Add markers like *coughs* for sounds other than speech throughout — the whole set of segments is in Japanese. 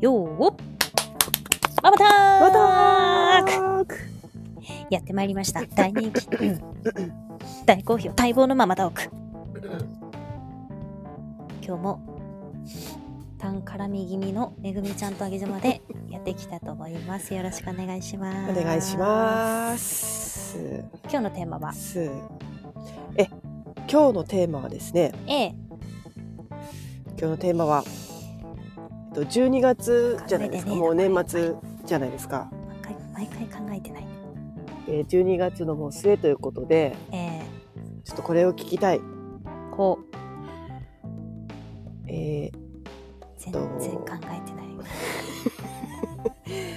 よーおママターまクたーくやってまいりました。大人気。大好評。待望のママターク。今日も、パン絡み気味のめぐみちゃんとあげじまでやっていきたいと思います。よろしくお願いしまおす。願いします。今日のテーマは、すえ、今日のテーマはですね、 A、今日のテーマは、えっと、12月じゃないですか、考えてねもう年末じゃないですか。毎回毎回考えてないね。えー、12月のもう末ということで、えちょっとこれを聞きたい。ー、こう、えー、全然考えてない。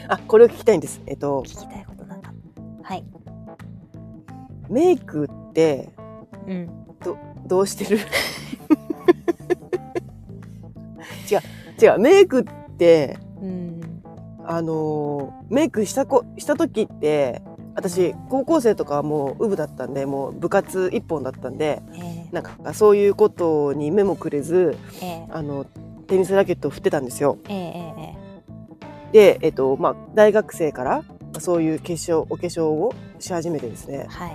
あ、これを聞きたいんです。えっと、聞きたいことなんか。はい。メイクってうん。どうして *laughs* る違う、違う、メイクって、うん。あのーメイクしたこした時って私高校生とかはもうウブだったんでもう部活一本だったんでえー、なんかそういうことに目もくれずえー、あのテニスラケットを振ってたんですよ。えー、えで、えっとまあ、大学生からそういう化粧お化粧をし始めてですー、ねはい。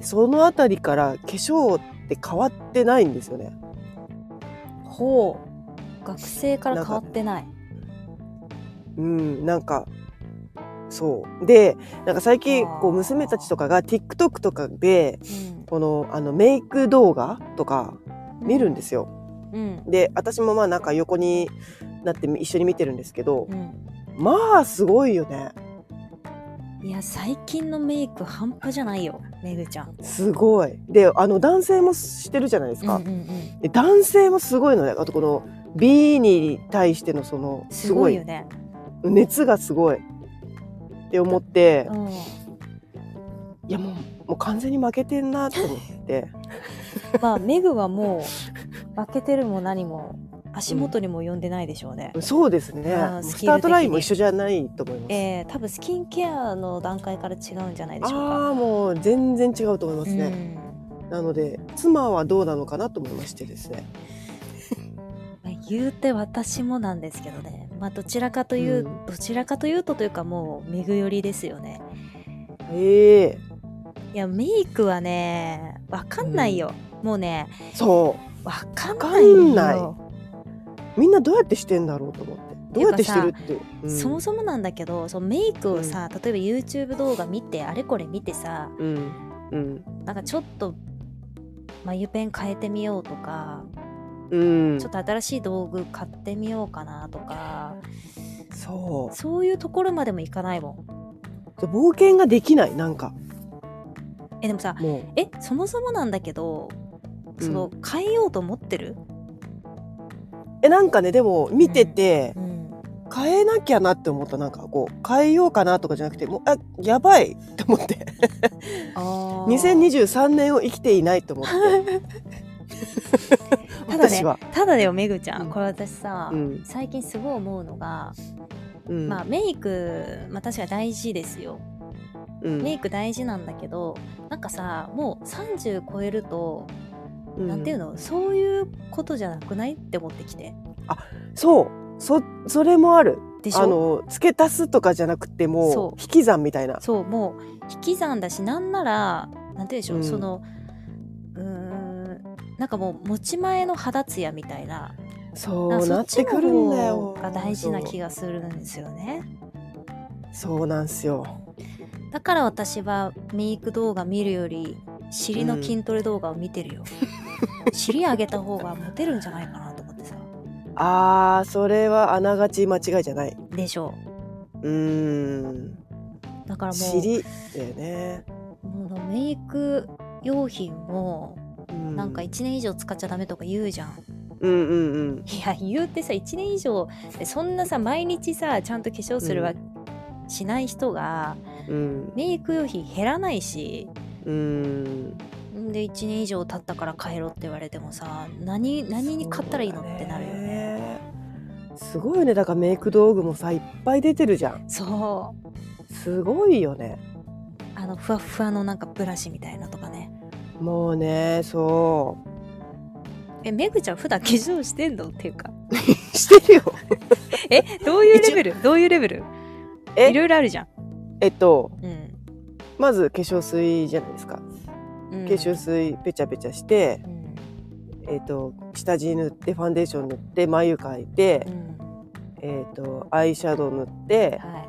そのあたりから化粧って変わってないんですよね。ほう。学生から変わってない。うん、なんかそうでなんか最近こう娘たちとかが TikTok とかでこのあのメイク動画とかうん見るんですよ。うん。で私もまあなんか横になって一緒に見てるんですけどう、ん。まあすごいよねいや、最近のメイク半端じゃないよ、めぐちゃん。すごい。であの男性もしてるじゃないですうんか。うんうん。で男性もすごいのねあとこの美に対してのそのすすごごいいよね。熱がすごいって思ってうん。いやもうもう完全に負けてんなと *laughs* 思って。まあ、めぐはもう、負けてるも何も、足元にも及んでないでしょうね。そうですねあーもうスキスル的にタートラインも一緒じゃないと思います。えー、多分スキンケアの段階から違うんじゃないでしょうか。ああもう全然違うと思いますうね、んなので妻はどうなのかなと思いましてですねまあ言うて私もなんですけどね、まあ、どちらかという、うんどちらかというとというかもうめぐよりですよねええいやメイクはねわかんないよ、もうねそわかんないよわかんなうみんなどうやってしてんだろうと思ってどうやってしてるってうんそもそもなんだけどそのメイクをさ、例えば YouTube 動画見てあれこれ見てさうんうんなんかちょっと眉ペン変えてみようとか、うんちょっと新しい道具買ってみようかなとかそそういうところまでもいかないもんう冒険ができないなんかえでもさもえそもそもなんだけどうんその、変えようと思ってる、うえなんかねでも見てて、うん、変えなきゃなって思ったなんかこう変えようかなとかじゃなくてもうあやばいと思ってあー2023年を生きていないと思って *laughs* ただ *laughs* 私はね、ただだよめぐちゃうんんこれ私さ、うん最近すごい思うのが、うんまあ、メイク、まあ、確かに大事ですようんメイク大事なんだけどなんかさもう30超えると、なんていうのそういうことじゃなくないって思ってきてそうそそれもあるでしあょの付け足すとかじゃなくてそもうう引き算みたいなそうもう引き算だしなんならなんて言うんでしょう、うんそのうーんなんかもう持ち前の肌ツヤみたいなそなんかうそなっっちてのくるんだ方よが大事な気ががするんですよねそうそうなんすよだから私はメイク動画見るより尻の筋トレ動画を見てるよ、尻上げた方がモテるんじゃないかなと思ってさあーそれはあながち間違いじゃないでしょうーんうだからもう尻だよね、もうメイク用品もうなんか1年以上使っちゃダメとか言うじゃん、うんうんうんいや言うてさ1年以上そんなさ毎日さちゃんと化粧するは、うしない人がうんメイク用品減らないしうんんで1年以上経ったから変えろって言われてもさ何何に買ったらいいのってなるよねそうだねすごいよねだからメイク道具もさいっぱい出てるじゃんそうすごいよねあのふわっふわのなんかブラシみたいなとかねもうねそう *laughs* えめぐちゃん普段化粧してんのっていうかしてるよ。えどういうレベルどういうレベルえいろいろあるじゃん、えっとうんまず化粧水じゃないですかうん、化粧水ペチャペチャして、うんえっと下地塗ってファンデーション塗って眉描いてう、んえっとアイシャドウ塗って、は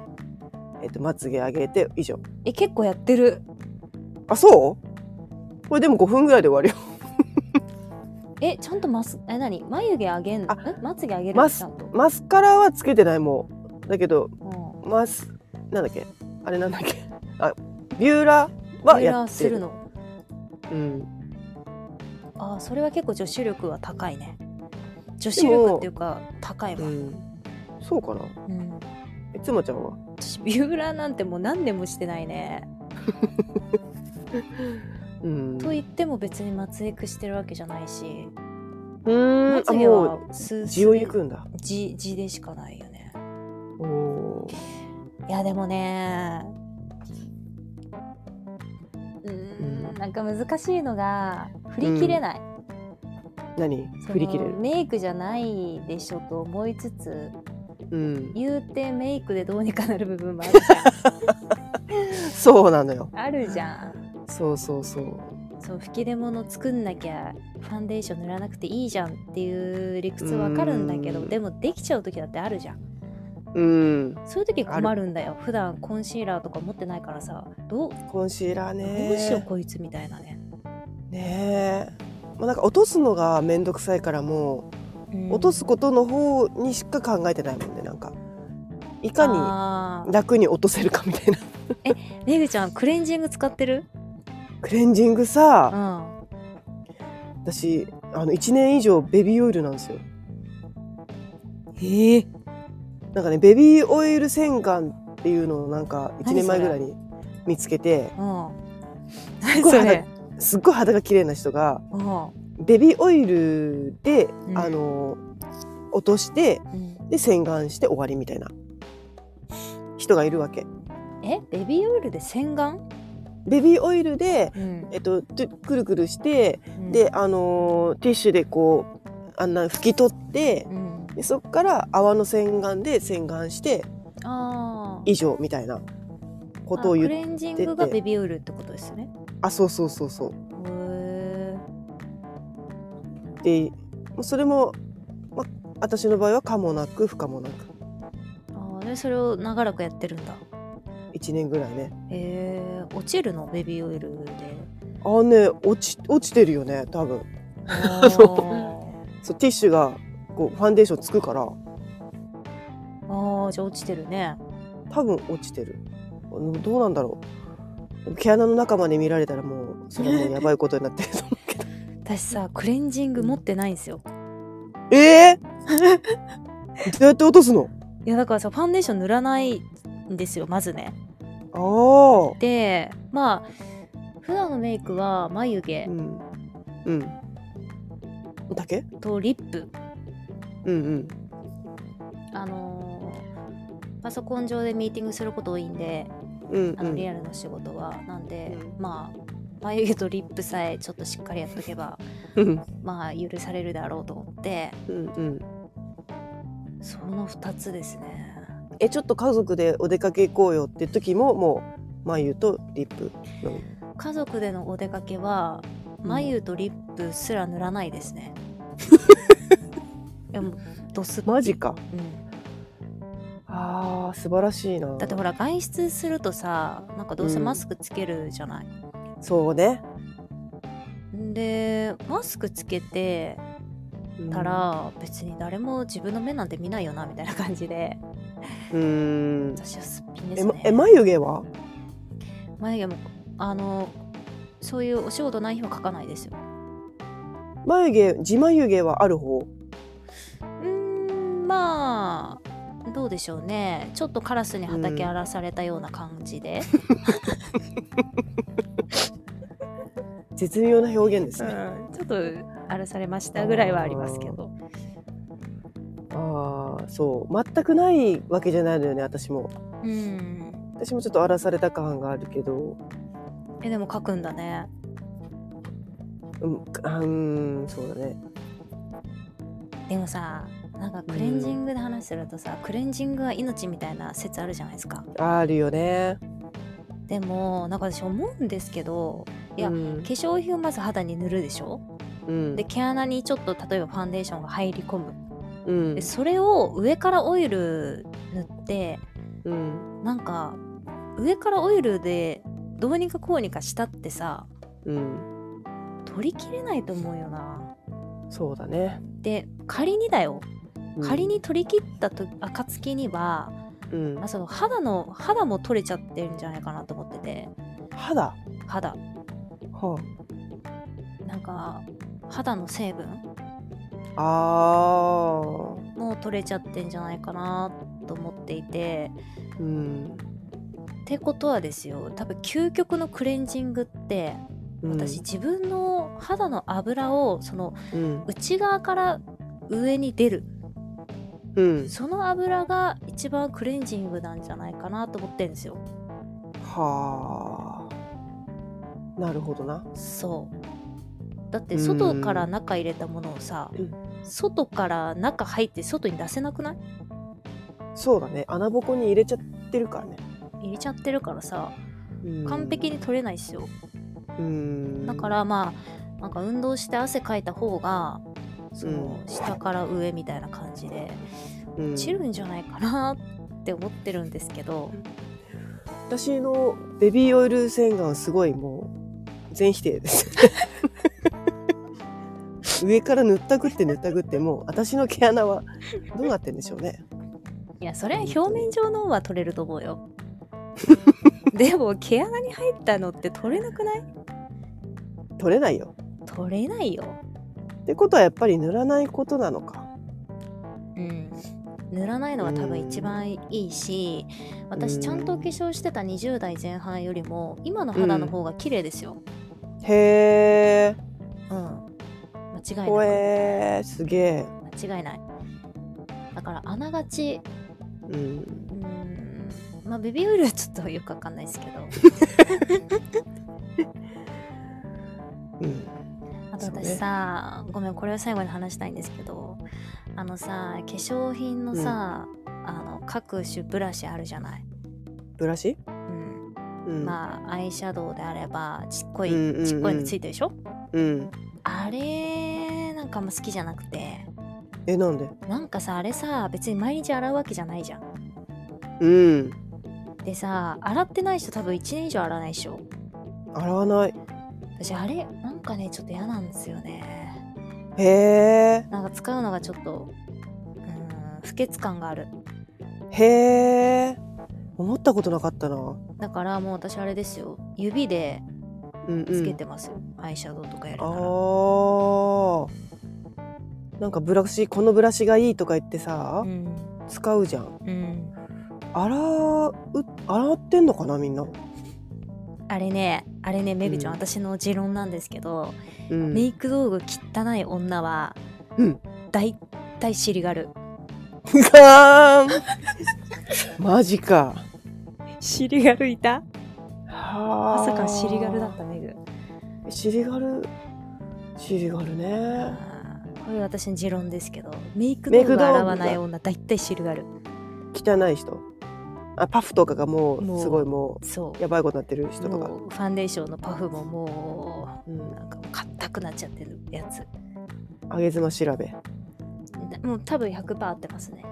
えっとまつげ上げて以上い、え結構やってるあそうこれでも5分ぐらいで終わるよ *laughs* えちゃんとマスえ何眉毛上げんあえまつげ上げるマのスちゃんと、マスカラはつけてないもうだけどうん、マスなんだっけあれなんだっけあビューラーはビューやラーってするるのうん、あーそれは結構女子力は高いね女子力っていうか高いうわ、ん、そうかなうん、えつもちゃんは私ビューラーなんてもう何年もしてないね、うんと言っても別にまつエクしてるわけじゃないしうーまんあつげもはう数地を行くんだ字字でしかないよねおおーいやでもねうーうんんなんか難しいのが振り切れない、何その振り切れるメイクじゃないでしょと思いつつうん言うてメイクでどうにかなる部分もあるじ *laughs* ゃそうなのよんあるじゃんそうそうそうそう吹き出物作んなきゃファンデーション塗らなくていいじゃんっていう理屈わかるんだけどうんでもできちゃう時だってあるじゃんうんそういう時困るんだよ普段コンシーラーとか持ってないからさどうコンシーラーねどうしようこいつみたいなね、ねえまあなんか落とすのが面倒くさいからもう落とすとことの方にしか考えてないもんねなんかいかにか楽に落とせるかみたいなにめぐちゃんクレンジング使ってるクレンジングうさん私あの1年以上ベビーオイルなんですよええなんかねベビーオイル洗顔っていうのをなんか1年前ぐらいに見つけてうんす何ごいそ肌れすっごい肌が綺麗な人がうんベビーオイルで、うんあの落としてうんで洗顔して終わりみたいな人がいるわけえベビーオイルで洗顔、ベビーオイルで、うんえっと、トゥくるくるして、で、あのーティッシュでこうあんな拭き取ってうん、でそっから泡の洗顔で洗顔してあー以上みたいなことをあ言っクてレンジングがベビーオイルってことですよねあそうそうそうそうへでそれも、ま、私の場合は可もなく不可もなくーあーでそれを長らくやってるんだ1年ぐらいねえー、落ちるのベビーオイルで *laughs* あね落ち落ちてるよね多分あーそうティッシュがこうファンデーションつくからあーじゃあ落ちてるね多分落ちてるうんどうなんだろうでも毛穴の中まで見られたらもうそれはもうやばいことになってると思う *laughs* けど私さクレンジング持ってないんですよええどうやって落とすのいやだからさファンデーション塗らないんですよまずねああでまあ普段のメイクは眉毛うんうんだけとリップうんうんあのーパソコン上でミーティングすること多いんでうんあうのリんアルの仕事は、なんで、うんまあ眉毛とリップさえちょっとしっかりやっとけばうんまあ許されるだろうと思ってうんうんその2つですねえちょっと家族でお出かけ行こうよって時ももう眉とリップのみ家族でのお出かけは眉とリップすら塗らないです *laughs* ね、いやもうドスッ、マジかうん、あー素晴らしいなだってほら外出するとさなんかどうせマスクつけるじゃない、そうねでマスクつけてたら別に誰も自分の目なんて見ないよなみたいな感じでうんうん私はすっぴんでえすまねえ眉毛は眉毛もあのそういうお仕事ない日は描かないですよ眉毛自眉毛はある方うーんまあどうでしょうねちょっとカラスに畑荒らされたような感じで、絶妙な表現ですね、うん *laughs* ちょっと荒らされましたぐらいはありますけどああそう全くないわけじゃないのよね私もうん私もちょっと荒らされた感があるけどえでも描くんだねうんあうーんそうだねでもさなんかクレンジングで話するとさ、クレンジングは命みたいな説あるじゃないですかあるよね。でもなんか私思うんですけどいやうん化粧品をまず肌に塗るでしょうんで毛穴にちょっと例えばファンデーションが入り込むうんでそれを上からオイル塗ってうんなんか上からオイルでどうにかこうにかしたってさうん取りきれないと思うよな。そうだね。で仮にだようん仮、に取り切ったと暁には、うんまあ、その肌の肌も取れちゃってるんじゃないかなと思ってて肌は肌あなんか肌の成分あもう取れちゃってんじゃないかなと思っていてーうんってことはですよ多分究極のクレンジングってうん私、自分の肌の油をそのうん内側から上に出るうん、その油が一番クレンジングなんじゃないかなと思ってるんですよはあなるほどなそうだっうてん外から中入れたものをさ、うん外から中入って外に出せなくないそうだね穴ぼこに入れちゃってるからね、入れちゃってるからさうん完璧に取れないっすよ、うんだからまあなんか運動して汗かいた方がそのうん下から上みたいな感じでうん散るんじゃないかなって思ってるんですけど、私のベビーオイル洗顔すごいもう全否定です *laughs* 上から塗ったくって塗ったくってもう私の毛穴はどうなってんでしょうねいやそれは表面上のは取れると思う *laughs* よでも毛穴に入ったのって取れなくない取れないよ取れないよってことはやっぱり塗らないことなのかうん塗らないのが多分一番いいし、私ちゃんとお化粧してた20代前半よりも今の肌の方が綺麗ですよへえうん、間違いほないえー、すげえ間違いないだからあながちうんうーんまあベビーオイルはちょっとよくわかんない *laughs* ですけどうんあとそうね私さ、ごめんこれは最後に話したいんですけどあのさ化粧品のさ、あの各種ブラシあるじゃない、ブラシうんうんまあアイシャドウであればちっこい、うんうんうんちっこいのついてるでしょうんあれなんかあんま好きじゃなくてえなんでなんかさあれさ別に毎日洗うわけじゃないじゃんうんでさ洗ってない人多分1年以上洗わないでしょ洗わない私あれなんかねちょっと嫌なんですよねへえなんか使うのがちょっとうーん不潔感があるへえ思ったことなかったなだからもう私あれですよ指でうんうんつけてますよ、アイシャドウとかやるあからーなんかブラシこのブラシがいいとか言ってさ、うん使うじゃんうん洗う洗ってんのかなみんな、あれねあれねめぐちゃん、うん私の持論なんですけど、うんメイク道具汚い女は、うんだいたい尻があるガーン *laughs* マジかシリガルいたはまあさかシリガルだったメグシリガルシリガルねあーこれ私の持論ですけどメイクメ道イク具道具が洗わない女大体シリガル汚い人あパフとかがももううすごいもそうやばいことになってる人とかもうファンデーションのパフももうんうなんかもう硬くなっちゃってるやつ上げ妻調べもう多分100%合ってます *laughs* ね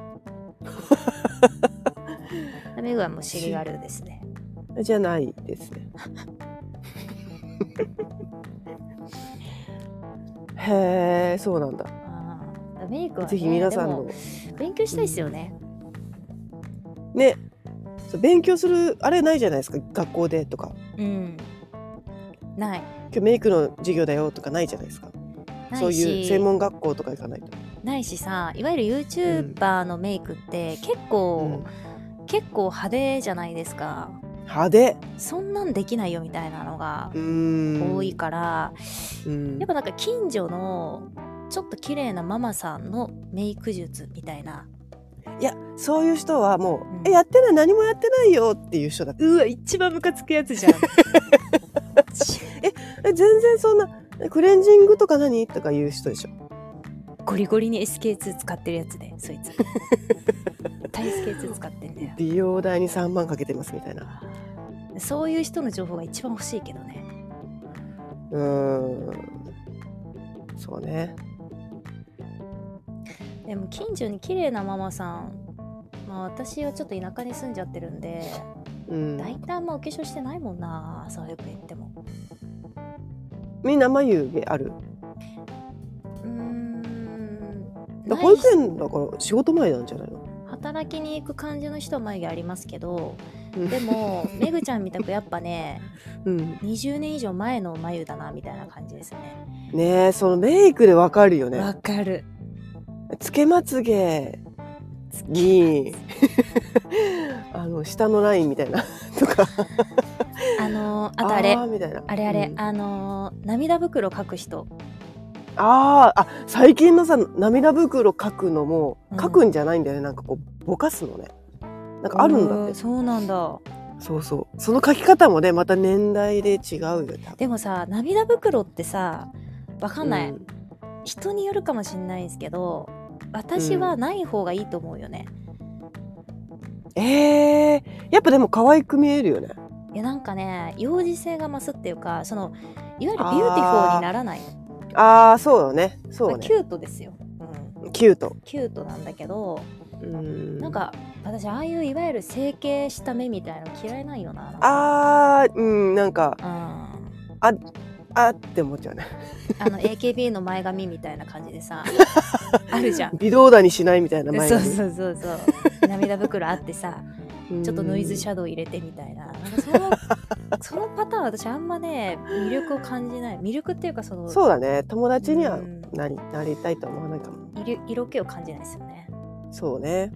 メグはもうシリガルですねじゃないです *laughs* ねへえそうなんだあーメイクは、ね、ぜひ皆さんでのも勉強したいですよね、ねそう勉強するあれないじゃないですか学校でとかうんない今日メイクの授業だよとかないじゃないですかないしそういう専門学校とか行かないとないしさいわゆる YouTuber のメイクって結うん構、結構派手じゃないですか派手そんなんできないよみたいなのがうーん多いから、うんやっぱなんか近所のちょっと綺麗なママさんのメイク術みたいないやそういう人はもう、うんえやってない何もやってないよっていう人だうわ一番ムカつくやつじゃんえ全然そんなえクレンジングとか何とか言う人でしょゴリゴリに SK2 使ってるやつでそいつ絶対 SK2 使ってんだよ美容代に3万かけてますみたいなそういう人の情報が一番欲しいけどねうーんそうねでも近所に綺麗なママさんまあ私はちょっと田舎に住んじゃってるんでうん大体あんまお化粧してないもんなそうよく言ってもみんな眉毛あるうーんだない保育園だから仕事前なんじゃないの働きに行く感じの人は眉毛ありますけどうんでもめぐちゃんみたくやっぱねうん20年以上前の眉だなみたいな感じですねねえそのメイクでわかるよねわかるつけまつげに *laughs* あの下のラインみたいな *laughs* とかあのーあとあれーみたいなあれあれ、うんあのー涙袋書く人あーあ最近のさ涙袋書くのもうん書くんじゃないんだよね、なんかこうぼかすのねなんかあるんだっうーてそうなんだそうそうその書き方もねまた年代で違うよね多分でもさ涙袋ってさわかんない、うん人によるかもしんないんですけど私はない方がいいと思うよね、えー、やっぱでも可愛く見えるよねいやなんかね幼児性が増すっていうかそのいわゆるビューあーティフルにならない、ああそうよねそうまあキねュートですよ、うん、キュートキュートなんだけど、うんなんか私ああいういわゆる整形した目みたいなの嫌いなんよななんかあーうんなんかうんああーって思っちゃうね *laughs* の AKB の前髪みたいな感じでさあるじゃん微動だにしないみたいな前そう髪そうそうそう涙袋あって *laughs* さちょっとノイズシャャドウ入れてみたいななんかそ *laughs* のそのパターン私あんまね魅力を感じない魅力っていうかそのそうだね友達にはうんなり,、なりたいとは思わないかも色色気を感じないですよねそうね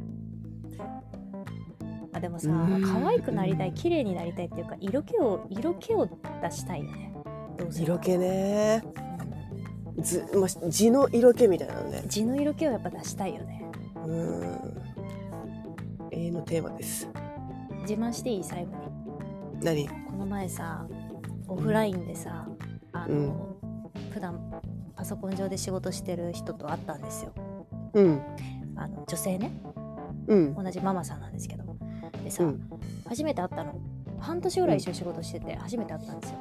あでもさうん可愛くなりたういん綺麗になりたいっていうか色気を色気を出したいよねどうせ色気ねうんず、まあ、地の色気みたいなのね地の色気をやっぱ出したいよねうん永遠のテーマです自慢していい最後に何この前さオフラインでさあの、普段パソコン上で仕事してる人と会ったんですようんあの女性ねうん同じママさんなんですけどでさ、うん初めて会ったの半年ぐらい一緒に仕事してて初めて会ったんですよ、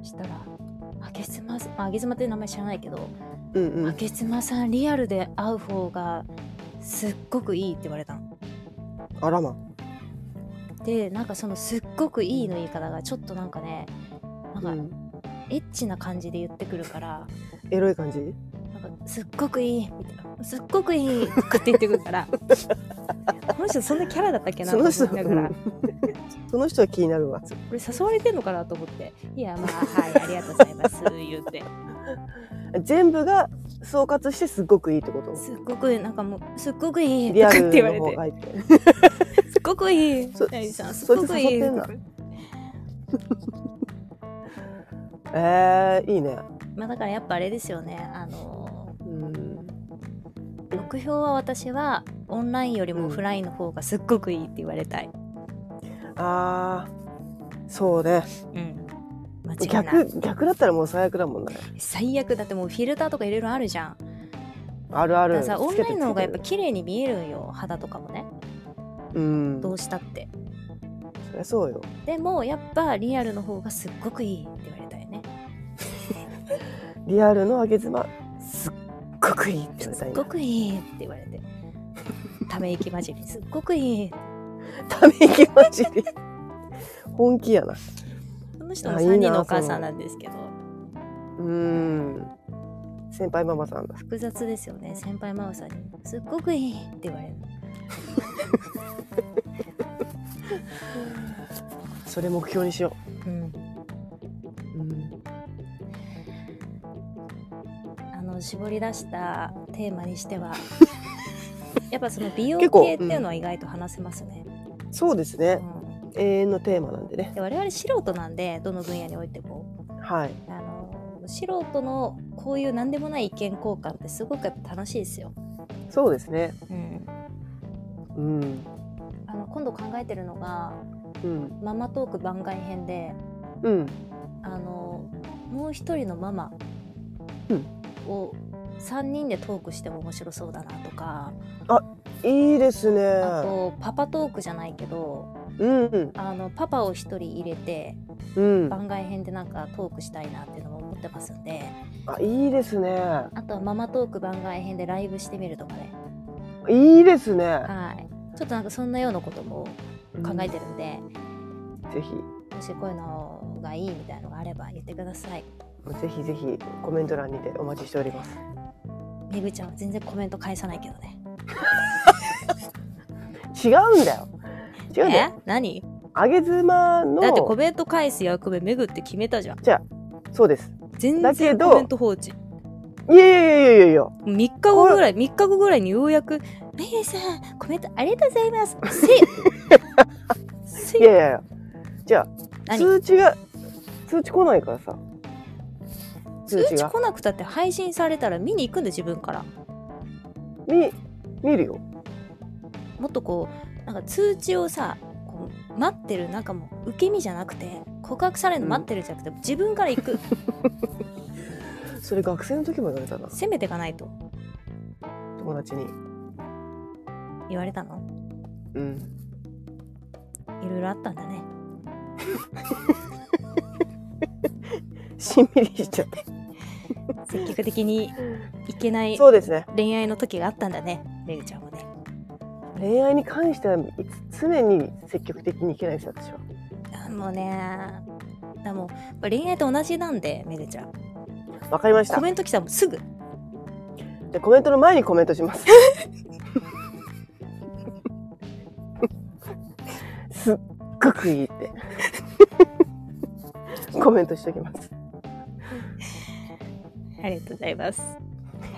うしたら「あげつまさん」まあ「あげつま」っていう名前知らないけどうん「うあんげつまさんリアルで会う方がすっごくいい」って言われたの。あらまでなんかその「すっごくいい」の言い方がちょっとなんかねなんうかんエッチな感じで言ってくるから、エロい感じなんかすっごくいいみたいなすっごくいいとかって言ってくるから *laughs* この人そんなキャラだったっけなそのと人思いながらうん *laughs* その人は気になるわこれ誘われてんのかなと思って「いやまあはいありがとうございます」言って全部が総括してすっごくいいってことすっごくなんかもうすっごくいいとリかアってル言われの方てがいいって「すっごくいい」そナリさんすっそいつごくいい誘ってんだとかえー、いいねまあだからやっぱあれですよねあのうん目標は私はオンラインよりもオフラインの方がすっごくいいって言われたい、ああそうねうん、間違いない逆逆だったらもう最悪だもんね最悪だってもうフィルターとかいろいろあるじゃんあるあだかるらさオンラインの方がやっぱつけ綺て麗に見えるんよ肌とかもねつけてうんどうしたってそりゃそうよでもやっぱリアルの方がすっごくいいって言われたいねリアルの上げ妻すっごくいいって言われすたっいごなくいいって言われてため息混じりすっごくいいため息マジで本気やなその人もあいいな3人のお母さんなんですけどうん先輩ママさんだ複雑ですよね先輩ママさんに「すっごくいい」って言われるそれ目標にしようんう、うん、あの絞り出したテーマに *laughs* してはやっぱその美容結構系っていうのは意外と話せますね、そうですうねん永遠のテーマなんでねで我々素人なんでどの分野においてもはいあの素人のこういう何でもない意見交換ってすごくやっぱ楽しいですよ、そうですねうん、うんあの今度考えてるのがうんママトーク番外編でうんあのもう一人のママうんを3人でトークしても面白そうだなとかいいですね。あとパパトークじゃないけどうん、あのパパを1人入れてうん、番外編でなんかトークしたいなっていうのも思ってますんであ、いいですね。あとはママトーク番外編でライブしてみるとかねいいですね。はいちょっとなんかそんなようなことも考えてるんで、うんぜもしこういうのがいいみたいのがあれば言ってくださいひ、ぜひぜひコメント欄にてお待ちしております。めぐちゃんは全然コメント返さないけどね違うんだよ。違うんだえよ。何あげ妻の。だってコメント返す役目めぐって決めたじゃんそうです。全だけ然どコメント放置いやいやいやいやいや。 3日後ぐらい3日後ぐらいにようやく「めぐさんコメントありがとうござい *laughs* ます」せいせいやいやいや。じゃあ、何通知が。通知来ないからさ。通通知知が来なくたって配信されたら見に行くんで自分からみ、見るよ。もっとこうなんか通知をさこう待ってるなんかもう受け身じゃなくて告白されるの待ってるじゃなくて、自分から行く *laughs* それ学生の時も言われたな。攻めていかないと友達に。言われたのうん。いろいろあったんだねしんみりしちゃった。積極的にいけないそうですね。恋愛の時があったんだねめぐちゃんもね恋愛に関してはいつ常に積極的にいけないですよ私はあもうねでもうやっぱ恋愛と同じなんでめぐちゃんわかりましたコじメント来たらもうすぐゃあコメントの前にコメントしますすっごくいいってコメントしておきますありがとうございます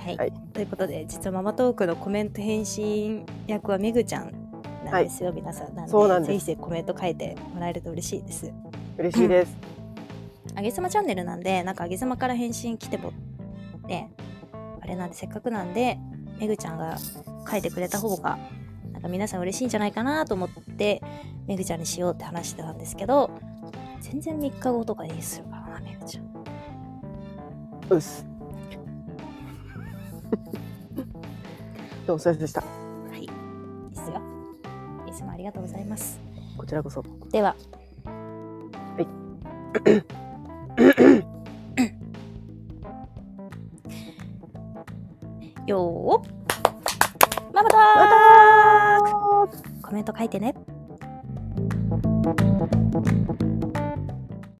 はい、はいということで実はママトークのコメント返信役はめぐちゃんなんですよ、皆さんなんでそうなんですぜひぜひコメント書いてもらえると嬉しいです嬉しいですあげさまチャンネルなんで、なんかあげさまから返信来てもね、あれなんで、せっかくなんで、めぐちゃんが書いてくれた方が、なんか皆さん嬉しいんじゃないかなと思って、めぐちゃんにしようって話してたんですけど、全然3日後とかにするからな、めぐちゃん。うっすどうもそれでしたはい。いいっすよ。いつもありがとうございます。こちらこそでは。よーママトークまたー *coughs* コメント書いてね。